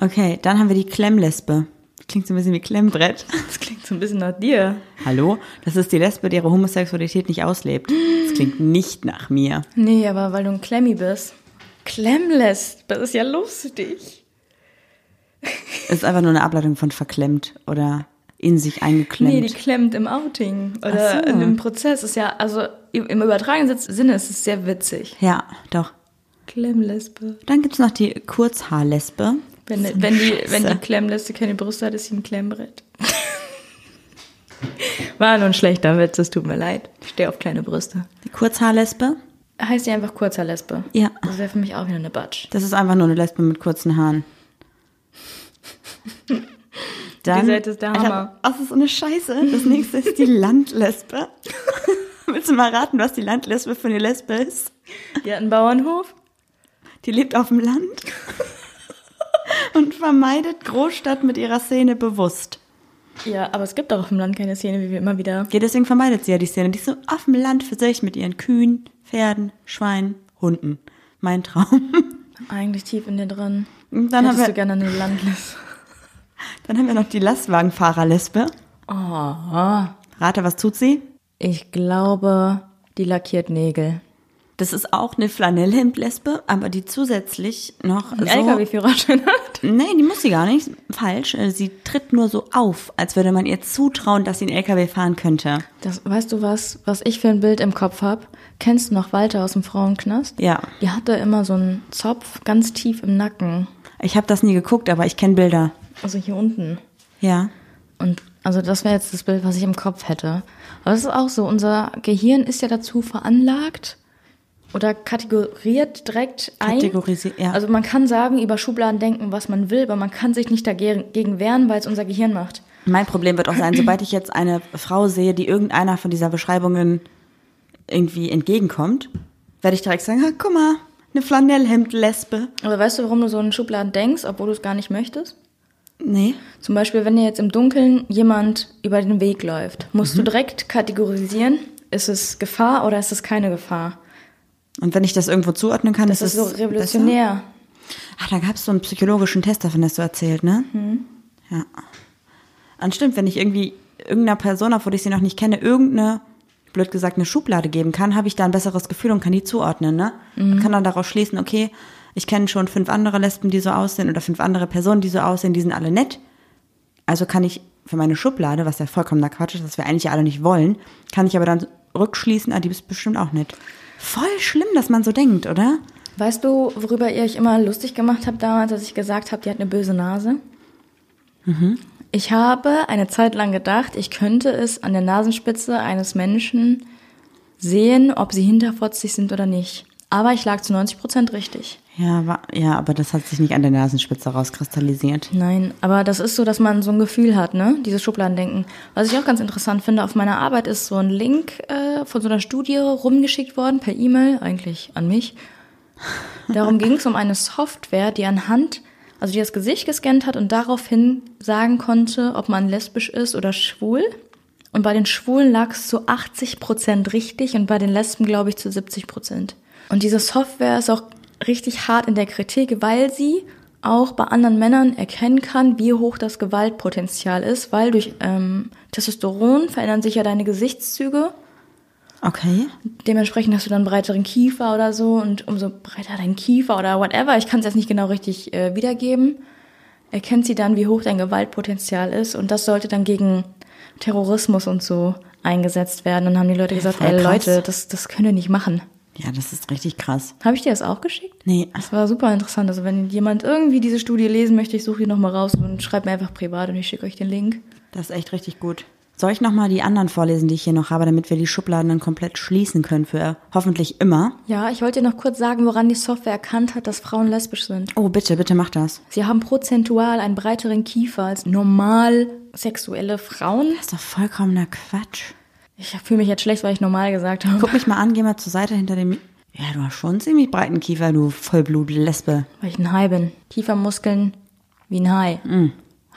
[SPEAKER 2] Okay, dann haben wir die Klemmlesbe. Klingt so ein bisschen wie Klemmbrett.
[SPEAKER 1] Das klingt so ein bisschen nach dir.
[SPEAKER 2] Hallo? Das ist die Lesbe, die ihre Homosexualität nicht auslebt. Das klingt nicht nach mir.
[SPEAKER 1] Nee, aber weil du ein Klemmi bist. Klemmless, das ist ja lustig.
[SPEAKER 2] Ist einfach nur eine Ableitung von verklemmt oder in sich eingeklemmt.
[SPEAKER 1] Nee, die klemmt im Outing oder
[SPEAKER 2] Ach so.
[SPEAKER 1] im Prozess. Ist ja, also im im übertragenen Sinne ist es sehr witzig.
[SPEAKER 2] ja, doch.
[SPEAKER 1] Klemmlesbe.
[SPEAKER 2] Dann gibt's noch die Kurzhaarlesbe.
[SPEAKER 1] Wenn, wenn, die,
[SPEAKER 2] Scheiße.
[SPEAKER 1] wenn die Klemmliste keine Brüste hat, ist sie ein Klemmbrett. War nur ein schlechter Witz, es tut mir leid. Ich stehe auf kleine Brüste.
[SPEAKER 2] Die Kurzhaarlesbe.
[SPEAKER 1] Heißt die einfach kurzer Lesbe?
[SPEAKER 2] Ja.
[SPEAKER 1] Das wäre für mich auch wieder eine Batsch.
[SPEAKER 2] Das ist einfach nur eine Lesbe mit kurzen Haaren. Dann,
[SPEAKER 1] Die Seite ist der Hammer.
[SPEAKER 2] Alter, das ist so eine Scheiße. Das nächste ist die Landlesbe. Willst du mal raten, was die Landlesbe für eine Lesbe ist?
[SPEAKER 1] Die hat einen Bauernhof.
[SPEAKER 2] Die lebt auf dem Land und vermeidet Großstadt mit ihrer Szene bewusst.
[SPEAKER 1] Ja, aber es gibt doch auf dem Land keine Szene, wie wir immer wieder.
[SPEAKER 2] Ja, deswegen vermeidet sie ja die Szene. Die ist so auf dem Land für sich mit ihren Kühen, Pferden, Schweinen, Hunden. Mein Traum.
[SPEAKER 1] Eigentlich tief in dir drin.
[SPEAKER 2] Und dann haben
[SPEAKER 1] Hättest du
[SPEAKER 2] wir,
[SPEAKER 1] gerne eine Landliste.
[SPEAKER 2] dann haben wir noch die Lastwagenfahrerlesbe.
[SPEAKER 1] Oh.
[SPEAKER 2] Rate, was tut sie?
[SPEAKER 1] Ich glaube, die lackiert Nägel.
[SPEAKER 2] Das ist auch eine Flanellhemdlesbe, aber die zusätzlich noch so...
[SPEAKER 1] Ein LKW-Führerschein hat.
[SPEAKER 2] Nee, die muss sie gar nicht. Falsch. Äh, Sie tritt nur so auf, als würde man ihr zutrauen, dass sie einen LKW fahren könnte.
[SPEAKER 1] Das, weißt du was, was ich für ein Bild im Kopf habe? Kennst du noch Walter aus dem Frauenknast?
[SPEAKER 2] Ja.
[SPEAKER 1] Die hatte immer so einen Zopf ganz tief im Nacken.
[SPEAKER 2] Ich habe das nie geguckt, aber ich kenne Bilder.
[SPEAKER 1] Also hier unten.
[SPEAKER 2] Ja.
[SPEAKER 1] Und also das wäre jetzt das Bild, was ich im Kopf hätte. Aber es ist auch so, unser Gehirn ist ja dazu veranlagt oder kategoriert direkt ein.
[SPEAKER 2] Kategorisi- ja.
[SPEAKER 1] Also man kann sagen, über Schubladen denken, was man will, aber man kann sich nicht dagegen wehren, weil es unser Gehirn macht.
[SPEAKER 2] Mein Problem wird auch sein, sobald ich jetzt eine Frau sehe, die irgendeiner von dieser Beschreibungen irgendwie entgegenkommt, werde ich direkt sagen, "Ha, guck mal, eine Flanellhemdlesbe.
[SPEAKER 1] Aber weißt du, warum du so in Schubladen denkst, obwohl du es gar nicht möchtest?
[SPEAKER 2] Nee.
[SPEAKER 1] Zum Beispiel, wenn dir jetzt im Dunkeln jemand über den Weg läuft, musst du direkt kategorisieren, ist es Gefahr oder ist es keine Gefahr?
[SPEAKER 2] Und wenn ich das irgendwo zuordnen kann,
[SPEAKER 1] Das, ist so revolutionär.
[SPEAKER 2] Besser. Ach, da gab es so einen psychologischen Test, davon hast du erzählt, ne? Ja. Und stimmt, wenn ich irgendwie irgendeiner Person, obwohl ich sie noch nicht kenne, irgendeine, blöd gesagt, eine Schublade geben kann, habe ich da ein besseres Gefühl und kann die zuordnen, ne? Und kann dann daraus schließen, okay, ich kenne schon fünf andere Lesben, die so aussehen oder fünf andere Personen, die so aussehen, die sind alle nett. Also kann ich für meine Schublade, was ja vollkommener Quatsch ist, was wir eigentlich ja alle nicht wollen, kann ich aber dann rückschließen, ah, die bist bestimmt auch nett. Voll schlimm, dass man so denkt, oder?
[SPEAKER 1] Weißt du, worüber ihr euch immer lustig gemacht habt damals, als ich gesagt habe, die hat eine böse Nase? Mhm. Ich habe eine Zeit lang gedacht, ich könnte es an der Nasenspitze eines Menschen sehen, ob sie hinterfotzig sind oder nicht. Aber ich lag zu 90 Prozent richtig.
[SPEAKER 2] Ja, wa- ja, aber das hat sich nicht an der Nasenspitze rauskristallisiert.
[SPEAKER 1] Nein, aber das ist so, dass man so ein Gefühl hat, ne? Dieses Schubladendenken. Was ich auch ganz interessant finde, auf meiner Arbeit ist so ein Link äh, von so einer Studie rumgeschickt worden, per E-Mail, eigentlich an mich. Darum ging es um eine Software, die anhand, also die das Gesicht gescannt hat und daraufhin sagen konnte, ob man lesbisch ist oder schwul. Und bei den Schwulen lag es zu 80 Prozent richtig und bei den Lesben, glaube ich, zu 70 Prozent. Und diese Software ist auch richtig hart in der Kritik, weil sie auch bei anderen Männern erkennen kann, wie hoch das Gewaltpotenzial ist, weil durch ähm, Testosteron verändern sich ja deine Gesichtszüge
[SPEAKER 2] Okay.
[SPEAKER 1] dementsprechend hast du dann breiteren Kiefer oder so und umso breiter dein Kiefer oder whatever, ich kann es jetzt nicht genau richtig äh, wiedergeben, erkennt sie dann, wie hoch dein Gewaltpotenzial ist und das sollte dann gegen Terrorismus und so eingesetzt werden. Und dann haben die Leute gesagt,
[SPEAKER 2] voll
[SPEAKER 1] ey
[SPEAKER 2] krass.
[SPEAKER 1] Leute, das, das könnt ihr nicht machen.
[SPEAKER 2] Ja, das ist richtig krass.
[SPEAKER 1] Habe ich dir das auch geschickt?
[SPEAKER 2] Nee.
[SPEAKER 1] Das war super interessant. Also wenn jemand irgendwie diese Studie lesen möchte, ich suche die nochmal raus und schreibt mir einfach privat und ich schicke euch den Link.
[SPEAKER 2] Das ist echt richtig gut. Soll ich nochmal die anderen vorlesen, die ich hier noch habe, damit wir die Schubladen dann komplett schließen können für hoffentlich immer?
[SPEAKER 1] Ja, ich wollte dir noch kurz sagen, woran die Software erkannt hat, dass Frauen lesbisch sind.
[SPEAKER 2] Oh, bitte, bitte mach das.
[SPEAKER 1] Sie haben prozentual einen breiteren Kiefer als normal sexuelle Frauen.
[SPEAKER 2] Das ist doch vollkommener Quatsch.
[SPEAKER 1] Ich fühle mich jetzt schlecht, weil ich normal gesagt habe.
[SPEAKER 2] Guck mich mal an, geh mal zur Seite hinter dem... Mi- Ja, du hast schon einen ziemlich breiten Kiefer, du Vollblut-Lesbe.
[SPEAKER 1] Weil ich ein Hai bin. Kiefermuskeln wie ein Hai.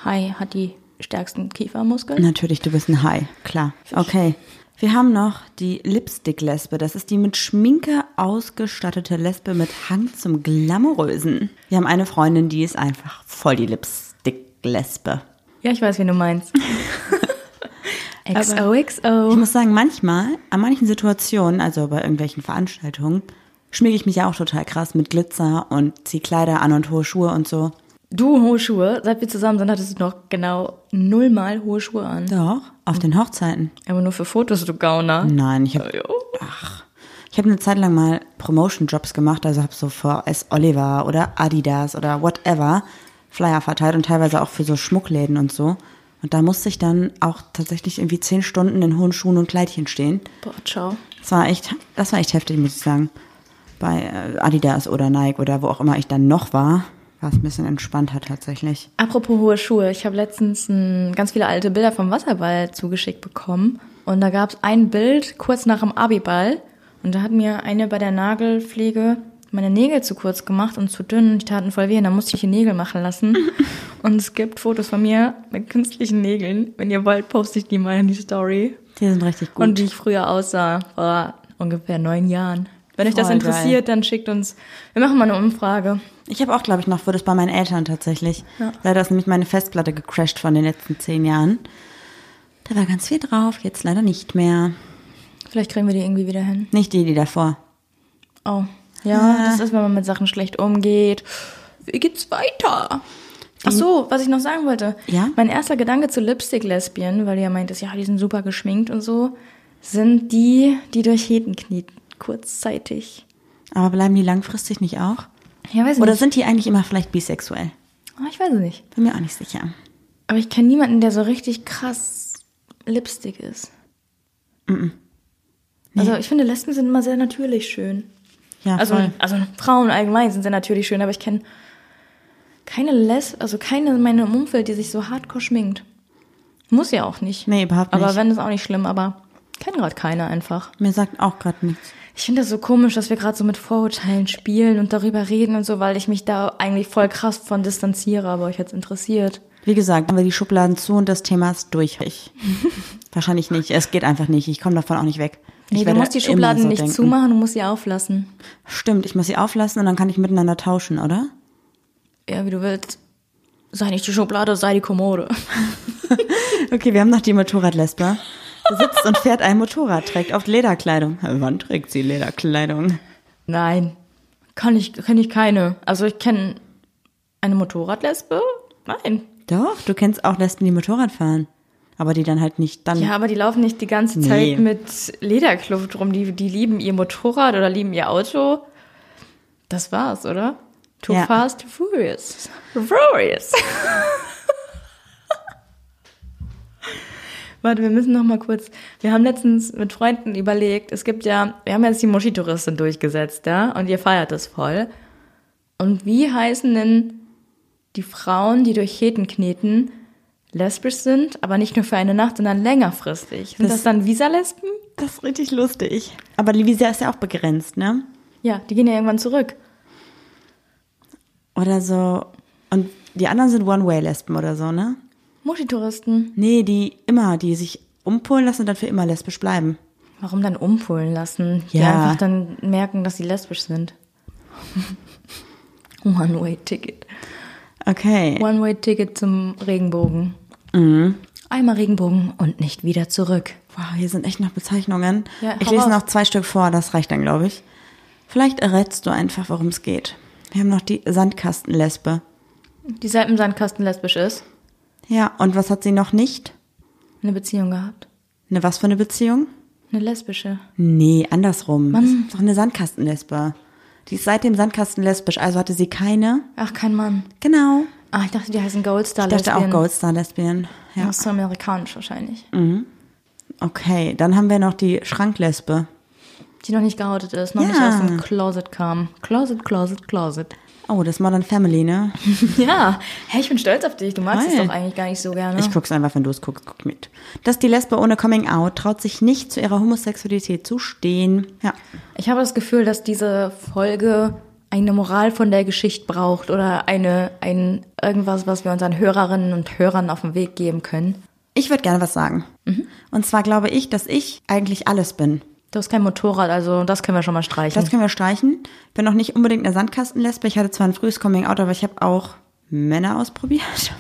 [SPEAKER 1] Hai hat die stärksten Kiefermuskeln.
[SPEAKER 2] Natürlich, du bist ein Hai, klar. Okay. Wir haben noch die Lipstick-Lesbe. Das ist die mit Schminke ausgestattete Lesbe mit Hang zum Glamourösen. Wir haben eine Freundin, die ist einfach voll die Lipstick-Lesbe.
[SPEAKER 1] Ja, ich weiß, wen du meinst.
[SPEAKER 2] Ich
[SPEAKER 1] XOXO.
[SPEAKER 2] muss sagen, manchmal, an manchen Situationen, also bei irgendwelchen Veranstaltungen, schminke ich mich ja auch total krass mit Glitzer und ziehe Kleider an und hohe Schuhe und so.
[SPEAKER 1] Du hohe Schuhe. Seit wir zusammen sind, hattest du noch genau nullmal hohe Schuhe an.
[SPEAKER 2] Doch, auf den Hochzeiten.
[SPEAKER 1] Aber nur für Fotos, du Gauner.
[SPEAKER 2] Nein, ich habe Ach. Ich habe eine Zeit lang mal Promotion-Jobs gemacht, also habe so für S. Oliver oder Adidas oder whatever Flyer verteilt und teilweise auch für so Schmuckläden und so. Und da musste ich dann auch tatsächlich irgendwie zehn Stunden in hohen Schuhen und Kleidchen stehen.
[SPEAKER 1] Boah, ciao.
[SPEAKER 2] Das war echt, das war echt heftig, muss ich sagen. Bei äh, Adidas oder Nike oder wo auch immer ich dann noch war, war es ein bisschen entspannter tatsächlich.
[SPEAKER 1] Apropos hohe Schuhe, ich habe letztens mm, ganz viele alte Bilder vom Wasserball zugeschickt bekommen. Und da gab es ein Bild kurz nach dem Abiball. Und da hat mir eine bei der Nagelpflege meine Nägel zu kurz gemacht und zu dünn. und Die taten voll weh und da musste ich die Nägel machen lassen. Und es gibt Fotos von mir mit künstlichen Nägeln. Wenn ihr wollt, poste ich die mal in die Story.
[SPEAKER 2] Die sind richtig gut.
[SPEAKER 1] Und wie ich früher aussah, vor ungefähr neun Jahren. Wenn euch das
[SPEAKER 2] Voll geil.
[SPEAKER 1] interessiert, dann schickt uns. Wir machen mal eine Umfrage.
[SPEAKER 2] Ich habe auch, glaube ich, noch Fotos bei meinen Eltern tatsächlich. Leider ist nämlich meine Festplatte gecrashed von den letzten zehn Jahren. Da war ganz viel drauf, jetzt leider nicht mehr.
[SPEAKER 1] Vielleicht kriegen wir die irgendwie wieder hin.
[SPEAKER 2] Nicht die, die davor.
[SPEAKER 1] Oh. Ja,
[SPEAKER 2] Ah.
[SPEAKER 1] das ist, wenn man mit Sachen schlecht umgeht. Wie geht's weiter? Ach so, was ich noch sagen wollte.
[SPEAKER 2] Ja?
[SPEAKER 1] Mein erster Gedanke zu Lipstick-Lesbien, weil du ja meintest, ja, die sind super geschminkt und so, sind die, die durch Heten knieten, kurzzeitig.
[SPEAKER 2] Aber bleiben die langfristig nicht auch?
[SPEAKER 1] Ja, weiß ich
[SPEAKER 2] Oder
[SPEAKER 1] nicht.
[SPEAKER 2] sind die eigentlich immer vielleicht bisexuell?
[SPEAKER 1] Ah, ich weiß es nicht.
[SPEAKER 2] Bin mir auch nicht sicher.
[SPEAKER 1] Aber ich kenne niemanden, der so richtig krass Lipstick ist. Also ich finde, Lesben sind immer sehr natürlich schön.
[SPEAKER 2] Ja,
[SPEAKER 1] Also,
[SPEAKER 2] voll.
[SPEAKER 1] also Frauen allgemein sind sehr natürlich schön, aber ich kenne keine Les, also keine in meinem Umfeld, die sich so hardcore schminkt. Muss ja auch nicht.
[SPEAKER 2] Nee, überhaupt nicht.
[SPEAKER 1] Aber wenn, ist auch nicht schlimm, aber kenne gerade keine einfach.
[SPEAKER 2] Mir sagt auch gerade nichts.
[SPEAKER 1] Ich finde das so komisch, dass wir gerade so mit Vorurteilen spielen und darüber reden und so, weil ich mich da eigentlich voll krass von distanziere, aber euch jetzt interessiert.
[SPEAKER 2] Wie gesagt, haben wir die Schubladen zu und das Thema ist durch. Ich. Wahrscheinlich nicht. Es geht einfach nicht. Ich komme davon auch nicht weg.
[SPEAKER 1] Nee,
[SPEAKER 2] ich
[SPEAKER 1] du
[SPEAKER 2] werde
[SPEAKER 1] musst die
[SPEAKER 2] immer
[SPEAKER 1] Schubladen
[SPEAKER 2] so
[SPEAKER 1] nicht
[SPEAKER 2] denken.
[SPEAKER 1] zumachen, du musst sie auflassen.
[SPEAKER 2] Stimmt, ich muss sie auflassen und dann kann ich miteinander tauschen, oder?
[SPEAKER 1] Ja, wie du willst. Sei nicht die Schublade, sei die Kommode.
[SPEAKER 2] Okay, wir haben noch die Motorradlesbe. Sitzt und fährt ein Motorrad, trägt oft Lederkleidung. Wann trägt sie Lederkleidung?
[SPEAKER 1] Nein, kann ich, kenne ich keine. Also ich kenne eine Motorradlesbe?
[SPEAKER 2] Hm.
[SPEAKER 1] Nein.
[SPEAKER 2] Doch, du kennst auch Lesben, die Motorrad fahren. Aber die dann halt nicht dann.
[SPEAKER 1] Ja, aber die laufen nicht die ganze
[SPEAKER 2] Nee.
[SPEAKER 1] Zeit mit Lederkluft rum. Die, die lieben ihr Motorrad oder lieben ihr Auto. Das war's, oder? Too
[SPEAKER 2] Ja.
[SPEAKER 1] fast, too furious. Furious. Warte, wir müssen noch mal kurz. Wir haben letztens mit Freunden überlegt, es gibt ja, wir haben jetzt die Moschitouristin durchgesetzt, ja, und ihr feiert das voll. Und wie heißen denn die Frauen, die durch Heten kneten, lesbisch sind, aber nicht nur für eine Nacht, sondern längerfristig? Sind das,
[SPEAKER 2] Das-
[SPEAKER 1] dann Visa-Lesben?
[SPEAKER 2] Das ist richtig lustig. Aber die Visa ist ja auch begrenzt, ne?
[SPEAKER 1] Ja, die gehen ja irgendwann zurück.
[SPEAKER 2] Oder so. Und die anderen sind One-Way-Lesben oder so, ne?
[SPEAKER 1] Moschitouristen.
[SPEAKER 2] Nee, die immer, die sich umpolen lassen und dann für immer lesbisch bleiben.
[SPEAKER 1] Warum dann umpolen lassen? Die
[SPEAKER 2] Ja.
[SPEAKER 1] einfach dann merken, dass sie lesbisch sind. One-Way-Ticket.
[SPEAKER 2] Okay.
[SPEAKER 1] One-Way-Ticket zum Regenbogen. Mhm. Einmal Regenbogen und nicht wieder zurück.
[SPEAKER 2] Wow, hier sind echt noch Bezeichnungen.
[SPEAKER 1] Ja,
[SPEAKER 2] ich
[SPEAKER 1] hau
[SPEAKER 2] lese
[SPEAKER 1] raus.
[SPEAKER 2] noch zwei Stück vor, das reicht dann, glaube ich. Vielleicht errätst du einfach, worum es geht. Wir haben noch die Sandkastenlesbe.
[SPEAKER 1] Die seit im Sandkasten lesbisch ist.
[SPEAKER 2] Ja, und was hat sie noch nicht?
[SPEAKER 1] Eine Beziehung gehabt.
[SPEAKER 2] Eine was für eine Beziehung?
[SPEAKER 1] Eine lesbische.
[SPEAKER 2] Nee, andersrum. Ist doch eine Sandkastenlesbe. Die ist seitdem Sandkasten lesbisch, also hatte sie keine.
[SPEAKER 1] Ach, kein Mann.
[SPEAKER 2] Genau.
[SPEAKER 1] Ah, ich dachte, die heißen Goldstar
[SPEAKER 2] Ich dachte auch Mm.
[SPEAKER 1] Lesbian.
[SPEAKER 2] Goldstar-Lesbien. Ja.
[SPEAKER 1] Das ist so amerikanisch wahrscheinlich.
[SPEAKER 2] Okay, dann haben wir noch die Schranklesbe.
[SPEAKER 1] Die noch nicht geoutet ist, noch
[SPEAKER 2] Ja.
[SPEAKER 1] nicht aus dem Closet kam. Closet, Closet, Closet.
[SPEAKER 2] Oh, das Modern Family, ne?
[SPEAKER 1] Ja, hey, ich bin stolz auf dich. Du magst es
[SPEAKER 2] Geil.
[SPEAKER 1] doch eigentlich gar nicht so gerne.
[SPEAKER 2] Ich guck's einfach, wenn du es guckst, guck mit. Dass die Lesbe ohne Coming Out traut sich nicht zu ihrer Homosexualität zu stehen. Ja.
[SPEAKER 1] Ich habe das Gefühl, dass diese Folge eine Moral von der Geschichte braucht oder eine, ein, irgendwas, was wir unseren Hörerinnen und Hörern auf den Weg geben können.
[SPEAKER 2] Ich würde gerne was sagen. Und zwar glaube ich, dass ich eigentlich alles bin.
[SPEAKER 1] Du hast kein Motorrad, also das können wir schon mal streichen.
[SPEAKER 2] Das können wir streichen. Ich bin noch nicht unbedingt eine Sandkastenlesbe. Ich hatte zwar ein frühes Coming Out, aber ich habe auch Männer ausprobiert.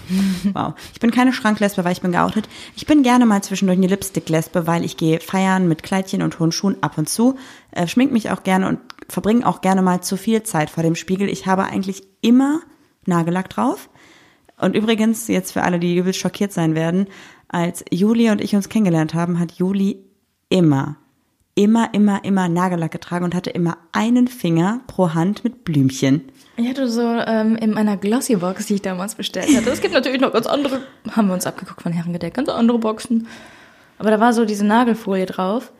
[SPEAKER 2] wow. Ich bin keine Schranklesbe, weil ich bin geoutet. Ich bin gerne mal zwischendurch eine Lipstick-Lesbe, weil ich gehe feiern mit Kleidchen und hohen Schuhen ab und zu. Äh, schmink mich auch gerne und verbringe auch gerne mal zu viel Zeit vor dem Spiegel. Ich habe eigentlich immer Nagellack drauf. Und übrigens, jetzt für alle, die übel schockiert sein werden, als Juli und ich uns kennengelernt haben, hat Juli immer, immer, immer, immer Nagellack getragen und hatte immer einen Finger pro Hand mit Blümchen.
[SPEAKER 1] Ich hatte so ähm, in meiner Glossy-Box, die ich damals bestellt hatte. Es gibt natürlich noch ganz andere, haben wir uns abgeguckt von Herrengedeck, ganz andere Boxen. Aber da war so diese Nagelfolie drauf.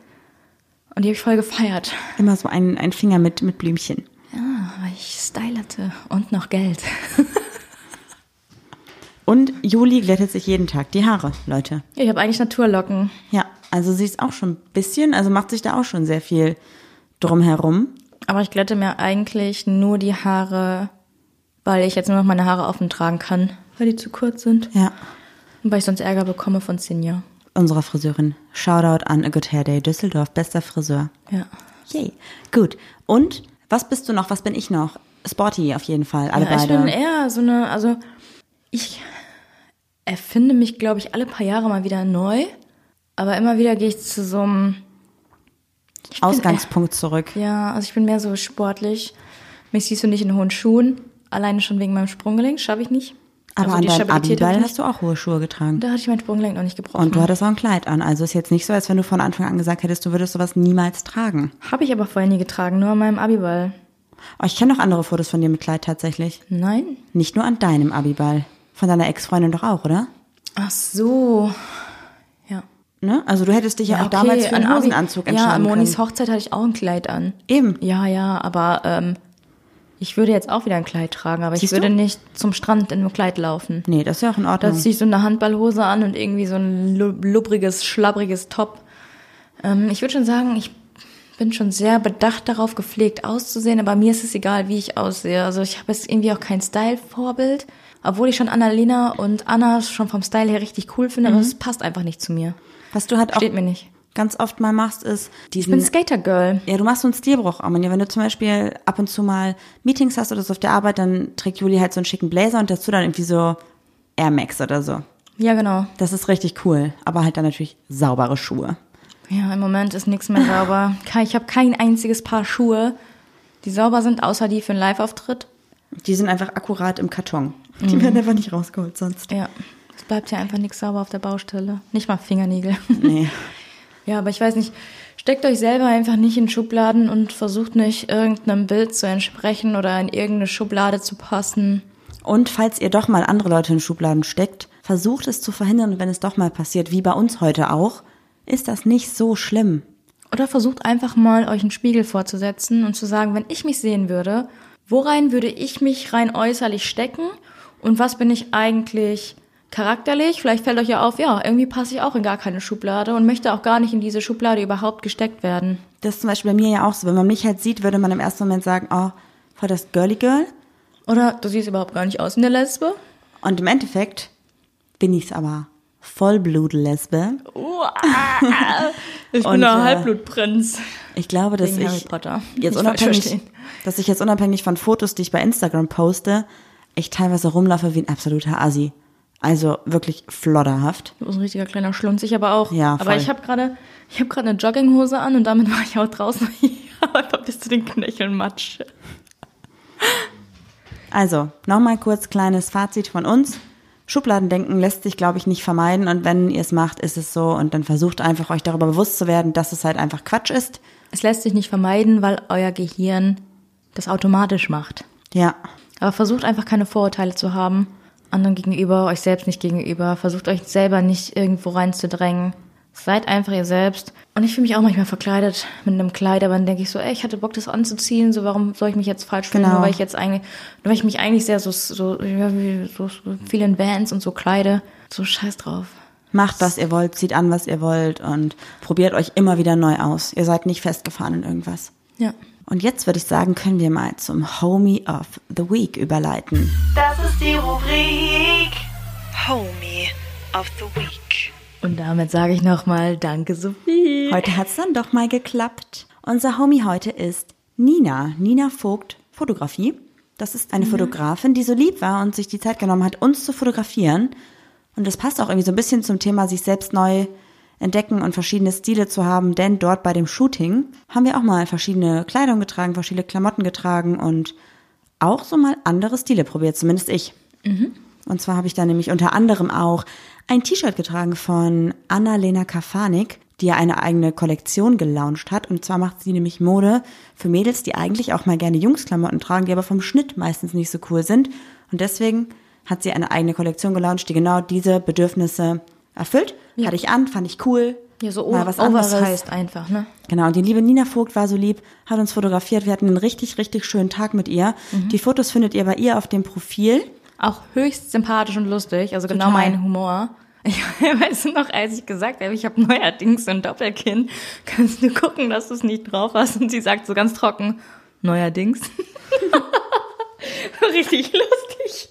[SPEAKER 1] Und die habe ich voll gefeiert.
[SPEAKER 2] Immer so einen, einen Finger mit, mit Blümchen.
[SPEAKER 1] Ja, Ah, weil ich Style hatte und noch Geld.
[SPEAKER 2] Und Juli glättet sich jeden Tag die Haare, Leute.
[SPEAKER 1] Ich habe eigentlich Naturlocken.
[SPEAKER 2] Ja, also sie ist auch schon ein bisschen, also macht sich da auch schon sehr viel drumherum.
[SPEAKER 1] Aber ich glätte mir eigentlich nur die Haare, weil ich jetzt nur noch meine Haare offen tragen kann, weil die zu kurz sind.
[SPEAKER 2] Ja,
[SPEAKER 1] Und weil ich sonst Ärger bekomme von Senior.
[SPEAKER 2] unserer Friseurin. Shoutout an A Good Hair Day Düsseldorf, bester Friseur.
[SPEAKER 1] Ja.
[SPEAKER 2] Yay. Gut. Und was bist du noch? Was bin ich noch? Sporty auf jeden Fall, alle
[SPEAKER 1] ja ich
[SPEAKER 2] beide.
[SPEAKER 1] bin eher so eine, also ich erfinde mich, glaube ich, alle paar Jahre mal wieder neu. Aber immer wieder gehe ich zu so einem
[SPEAKER 2] Ausgangspunkt zurück.
[SPEAKER 1] Ja, also ich bin mehr so sportlich. Mich siehst du nicht in hohen Schuhen. Alleine schon wegen meinem Sprunggelenk schaffe ich nicht.
[SPEAKER 2] Aber
[SPEAKER 1] also
[SPEAKER 2] an
[SPEAKER 1] die
[SPEAKER 2] deinem
[SPEAKER 1] Stabilität habe
[SPEAKER 2] Abiball
[SPEAKER 1] ich
[SPEAKER 2] hast du auch hohe Schuhe getragen.
[SPEAKER 1] nicht. Da hatte ich mein Sprunggelenk noch nicht gebrochen.
[SPEAKER 2] Und du hattest auch ein Kleid an. Also ist jetzt nicht so, als wenn du von Anfang an gesagt hättest, du würdest sowas niemals tragen.
[SPEAKER 1] Habe ich aber vorher nie getragen, nur an meinem Abiball.
[SPEAKER 2] Oh, ich kenne noch andere Fotos von dir mit Kleid tatsächlich.
[SPEAKER 1] Nein?
[SPEAKER 2] Nicht nur an deinem Abiball. Von deiner Ex-Freundin doch auch, oder?
[SPEAKER 1] Ach so. Ja.
[SPEAKER 2] Ne? Also du hättest dich ja, auch
[SPEAKER 1] okay,
[SPEAKER 2] damals für einen
[SPEAKER 1] an Abi-
[SPEAKER 2] Hosenanzug
[SPEAKER 1] Ja, an
[SPEAKER 2] entscheiden können.
[SPEAKER 1] Monis Hochzeit hatte ich auch ein Kleid an.
[SPEAKER 2] Eben.
[SPEAKER 1] Ja, ja, aber ähm, ich würde jetzt auch wieder ein Kleid tragen, aber
[SPEAKER 2] Siehst
[SPEAKER 1] ich würde
[SPEAKER 2] du?
[SPEAKER 1] nicht zum Strand in einem Kleid laufen.
[SPEAKER 2] Nee, das ist ja auch in
[SPEAKER 1] Da
[SPEAKER 2] Ordnung.
[SPEAKER 1] ziehe ich so eine Handballhose an und irgendwie so ein lu- lubriges, schlabriges Top. Ähm, ich würde schon sagen, ich bin schon sehr bedacht darauf, gepflegt auszusehen, aber mir ist es egal, wie ich aussehe. Also ich habe jetzt irgendwie auch kein Style-Vorbild, obwohl ich schon Annalena und Anna schon vom Style her richtig cool finde, aber es passt einfach nicht zu mir.
[SPEAKER 2] Was du halt Mhm. auch
[SPEAKER 1] Steht mir nicht.
[SPEAKER 2] ganz oft mal machst, ist
[SPEAKER 1] Ich bin
[SPEAKER 2] diesen
[SPEAKER 1] Skater-Girl.
[SPEAKER 2] Ja, du machst so einen Stilbruch, Arminia. Wenn du zum Beispiel ab und zu mal Meetings hast oder so auf der Arbeit, dann trägt Juli halt so einen schicken Blazer und dazu dann irgendwie so Air Max oder so.
[SPEAKER 1] Ja, genau.
[SPEAKER 2] Das ist richtig cool, aber halt dann natürlich saubere Schuhe.
[SPEAKER 1] Ja, im Moment ist nichts mehr sauber. Ke- Ich habe kein einziges Paar Schuhe, die sauber sind, außer die für einen Live-Auftritt.
[SPEAKER 2] Die sind einfach akkurat im Karton. Die werden einfach nicht rausgeholt sonst.
[SPEAKER 1] Ja, es bleibt ja einfach nichts sauber auf der Baustelle. Nicht mal Fingernägel.
[SPEAKER 2] Nee.
[SPEAKER 1] ja, aber ich weiß nicht, steckt euch selber einfach nicht in Schubladen und versucht nicht, irgendeinem Bild zu entsprechen oder in irgendeine Schublade zu passen.
[SPEAKER 2] Und falls ihr doch mal andere Leute in Schubladen steckt, versucht es zu verhindern. Und wenn es doch mal passiert, wie bei uns heute auch, ist das nicht so schlimm.
[SPEAKER 1] Oder versucht einfach mal, euch einen Spiegel vorzusetzen und zu sagen, wenn ich mich sehen würde, worein würde ich mich rein äußerlich stecken und was bin ich eigentlich charakterlich? Vielleicht fällt euch ja auf, ja, irgendwie passe ich auch in gar keine Schublade und möchte auch gar nicht in diese Schublade überhaupt gesteckt werden.
[SPEAKER 2] Das ist zum Beispiel bei mir ja auch so. Wenn man mich halt sieht, würde man im ersten Moment sagen, oh, voll das Girly Girl.
[SPEAKER 1] Oder du siehst überhaupt gar nicht aus wie eine Lesbe.
[SPEAKER 2] Und im Endeffekt bin ich's aber. Vollblut-Lesbe.
[SPEAKER 1] Ich
[SPEAKER 2] Und, äh,
[SPEAKER 1] Halbblutprinz.
[SPEAKER 2] Ich glaube, dass
[SPEAKER 1] Wegen Harry
[SPEAKER 2] ich
[SPEAKER 1] Potter.
[SPEAKER 2] jetzt
[SPEAKER 1] Nicht falsch
[SPEAKER 2] unabhängig,
[SPEAKER 1] verstehen.
[SPEAKER 2] dass ich jetzt unabhängig von Fotos, die ich bei Instagram poste, ich teilweise rumlaufe wie ein absoluter Assi. Also wirklich flodderhaft.
[SPEAKER 1] Du bist ein richtiger kleiner Schlunz, ich aber auch.
[SPEAKER 2] Ja, voll.
[SPEAKER 1] aber ich habe gerade ich habe gerade eine Jogginghose an und damit war ich auch draußen. Ich habe einfach bis zu den Knöcheln Matsch.
[SPEAKER 2] Also, nochmal kurz kleines Fazit von uns. Schubladendenken lässt sich, glaube ich, nicht vermeiden. Und wenn ihr es macht, ist es so. Und dann versucht einfach, euch darüber bewusst zu werden, dass es halt einfach Quatsch ist.
[SPEAKER 1] Es lässt sich nicht vermeiden, weil euer Gehirn das automatisch macht.
[SPEAKER 2] Ja,
[SPEAKER 1] Aber versucht einfach keine Vorurteile zu haben. Anderen gegenüber, euch selbst nicht gegenüber. Versucht euch selber nicht irgendwo reinzudrängen. Seid einfach ihr selbst. Und ich fühle mich auch manchmal verkleidet mit einem Kleid, aber dann denke ich so, ey, ich hatte Bock, das anzuziehen. So, warum soll ich mich jetzt falsch fühlen?
[SPEAKER 2] Genau.
[SPEAKER 1] Nur weil ich jetzt eigentlich, nur weil ich mich eigentlich sehr so, so, ja, wie- so, so viel in Bands und so kleide. So scheiß drauf.
[SPEAKER 2] Macht, was ihr wollt, zieht an, was ihr wollt und probiert euch immer wieder neu aus. Ihr seid nicht festgefahren in irgendwas.
[SPEAKER 1] Ja.
[SPEAKER 2] Und jetzt würde ich sagen, können wir mal zum Homie of the Week überleiten.
[SPEAKER 4] Das ist die Rubrik Homie of the Week.
[SPEAKER 1] Und damit sage ich nochmal Danke, Sophie.
[SPEAKER 2] Heute hat's dann doch mal geklappt. Unser Homie heute ist Nina. Nina Vogt, Fotografie. Das ist eine Fotografin, die so lieb war und sich die Zeit genommen hat, uns zu fotografieren. Und das passt auch irgendwie so ein bisschen zum Thema, sich selbst neu entdecken und verschiedene Stile zu haben, denn dort bei dem Shooting haben wir auch mal verschiedene Kleidung getragen,
[SPEAKER 1] Mhm.
[SPEAKER 2] verschiedene Klamotten getragen und auch so mal andere Stile probiert, zumindest ich. Und zwar habe ich da nämlich unter anderem auch ein T-Shirt getragen von Annalena Kafanik, die ja eine eigene Kollektion gelauncht hat. Und zwar macht sie nämlich Mode für Mädels, die eigentlich auch mal gerne Jungsklamotten tragen, die aber vom Schnitt meistens nicht so cool sind. Und deswegen hat sie eine eigene Kollektion gelauncht, die genau diese Bedürfnisse erfüllt. Hatte ich an, fand ich cool.
[SPEAKER 1] Ja, so
[SPEAKER 2] mal
[SPEAKER 1] was oversized einfach, ne?
[SPEAKER 2] Genau, und die liebe Nina Vogt war so lieb, hat uns fotografiert. Wir hatten einen richtig, richtig schönen Tag mit ihr. Die Fotos findet ihr bei ihr auf dem Profil.
[SPEAKER 1] Auch höchst sympathisch und lustig, also genau
[SPEAKER 2] Total.
[SPEAKER 1] mein Humor. Ich weiß noch, als ich gesagt habe, ich habe neuerdings ein Doppelkinn, kannst du gucken, dass du es nicht drauf hast? Und sie sagt so ganz trocken, neuerdings. Richtig lustig.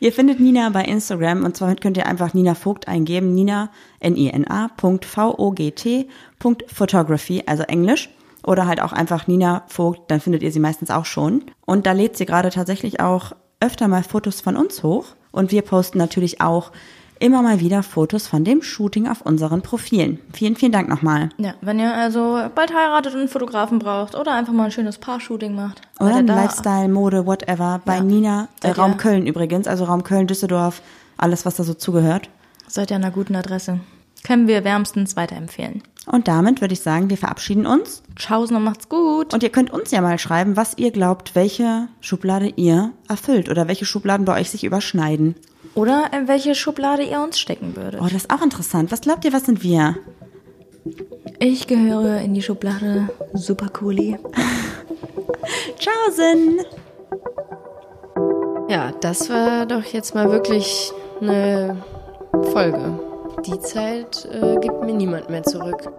[SPEAKER 2] Ihr findet Nina bei Instagram und zwar könnt ihr einfach Nina Vogt eingeben. Nina, N-I-N-A, Punkt V-O-G-T, Punkt Photography, also Englisch. Oder halt auch einfach Nina Vogt, dann findet ihr sie meistens auch schon. Und da lädt sie gerade tatsächlich auch öfter mal Fotos von uns hoch. Und wir posten natürlich auch immer mal wieder Fotos von dem Shooting auf unseren Profilen. Vielen, vielen Dank nochmal.
[SPEAKER 1] Ja, wenn ihr also bald heiratet und einen Fotografen braucht oder einfach mal ein schönes Paar-Shooting macht.
[SPEAKER 2] Oder
[SPEAKER 1] seid ihr
[SPEAKER 2] ein
[SPEAKER 1] da?
[SPEAKER 2] Lifestyle, Mode, whatever. Bei
[SPEAKER 1] Ja.
[SPEAKER 2] Nina, äh,
[SPEAKER 1] Seid ihr-
[SPEAKER 2] Raum Köln übrigens, also Raum Köln, Düsseldorf, alles, was da so zugehört.
[SPEAKER 1] Seid ihr an einer guten Adresse. Können wir wärmstens weiterempfehlen.
[SPEAKER 2] Und damit würde ich sagen, wir verabschieden uns.
[SPEAKER 1] Tschaußen und macht's gut.
[SPEAKER 2] Und ihr könnt uns ja mal schreiben, was ihr glaubt, welche Schublade ihr erfüllt oder welche Schubladen bei euch sich überschneiden.
[SPEAKER 1] Oder in welche Schublade ihr uns stecken würdet.
[SPEAKER 2] Oh, das ist auch interessant. Was glaubt ihr, was sind wir?
[SPEAKER 1] Ich gehöre in die Schublade Super Cooli.
[SPEAKER 2] Ciao, Sinn!
[SPEAKER 5] Ja, das war doch jetzt mal wirklich eine Folge. Die Zeit äh, gibt mir niemand mehr zurück.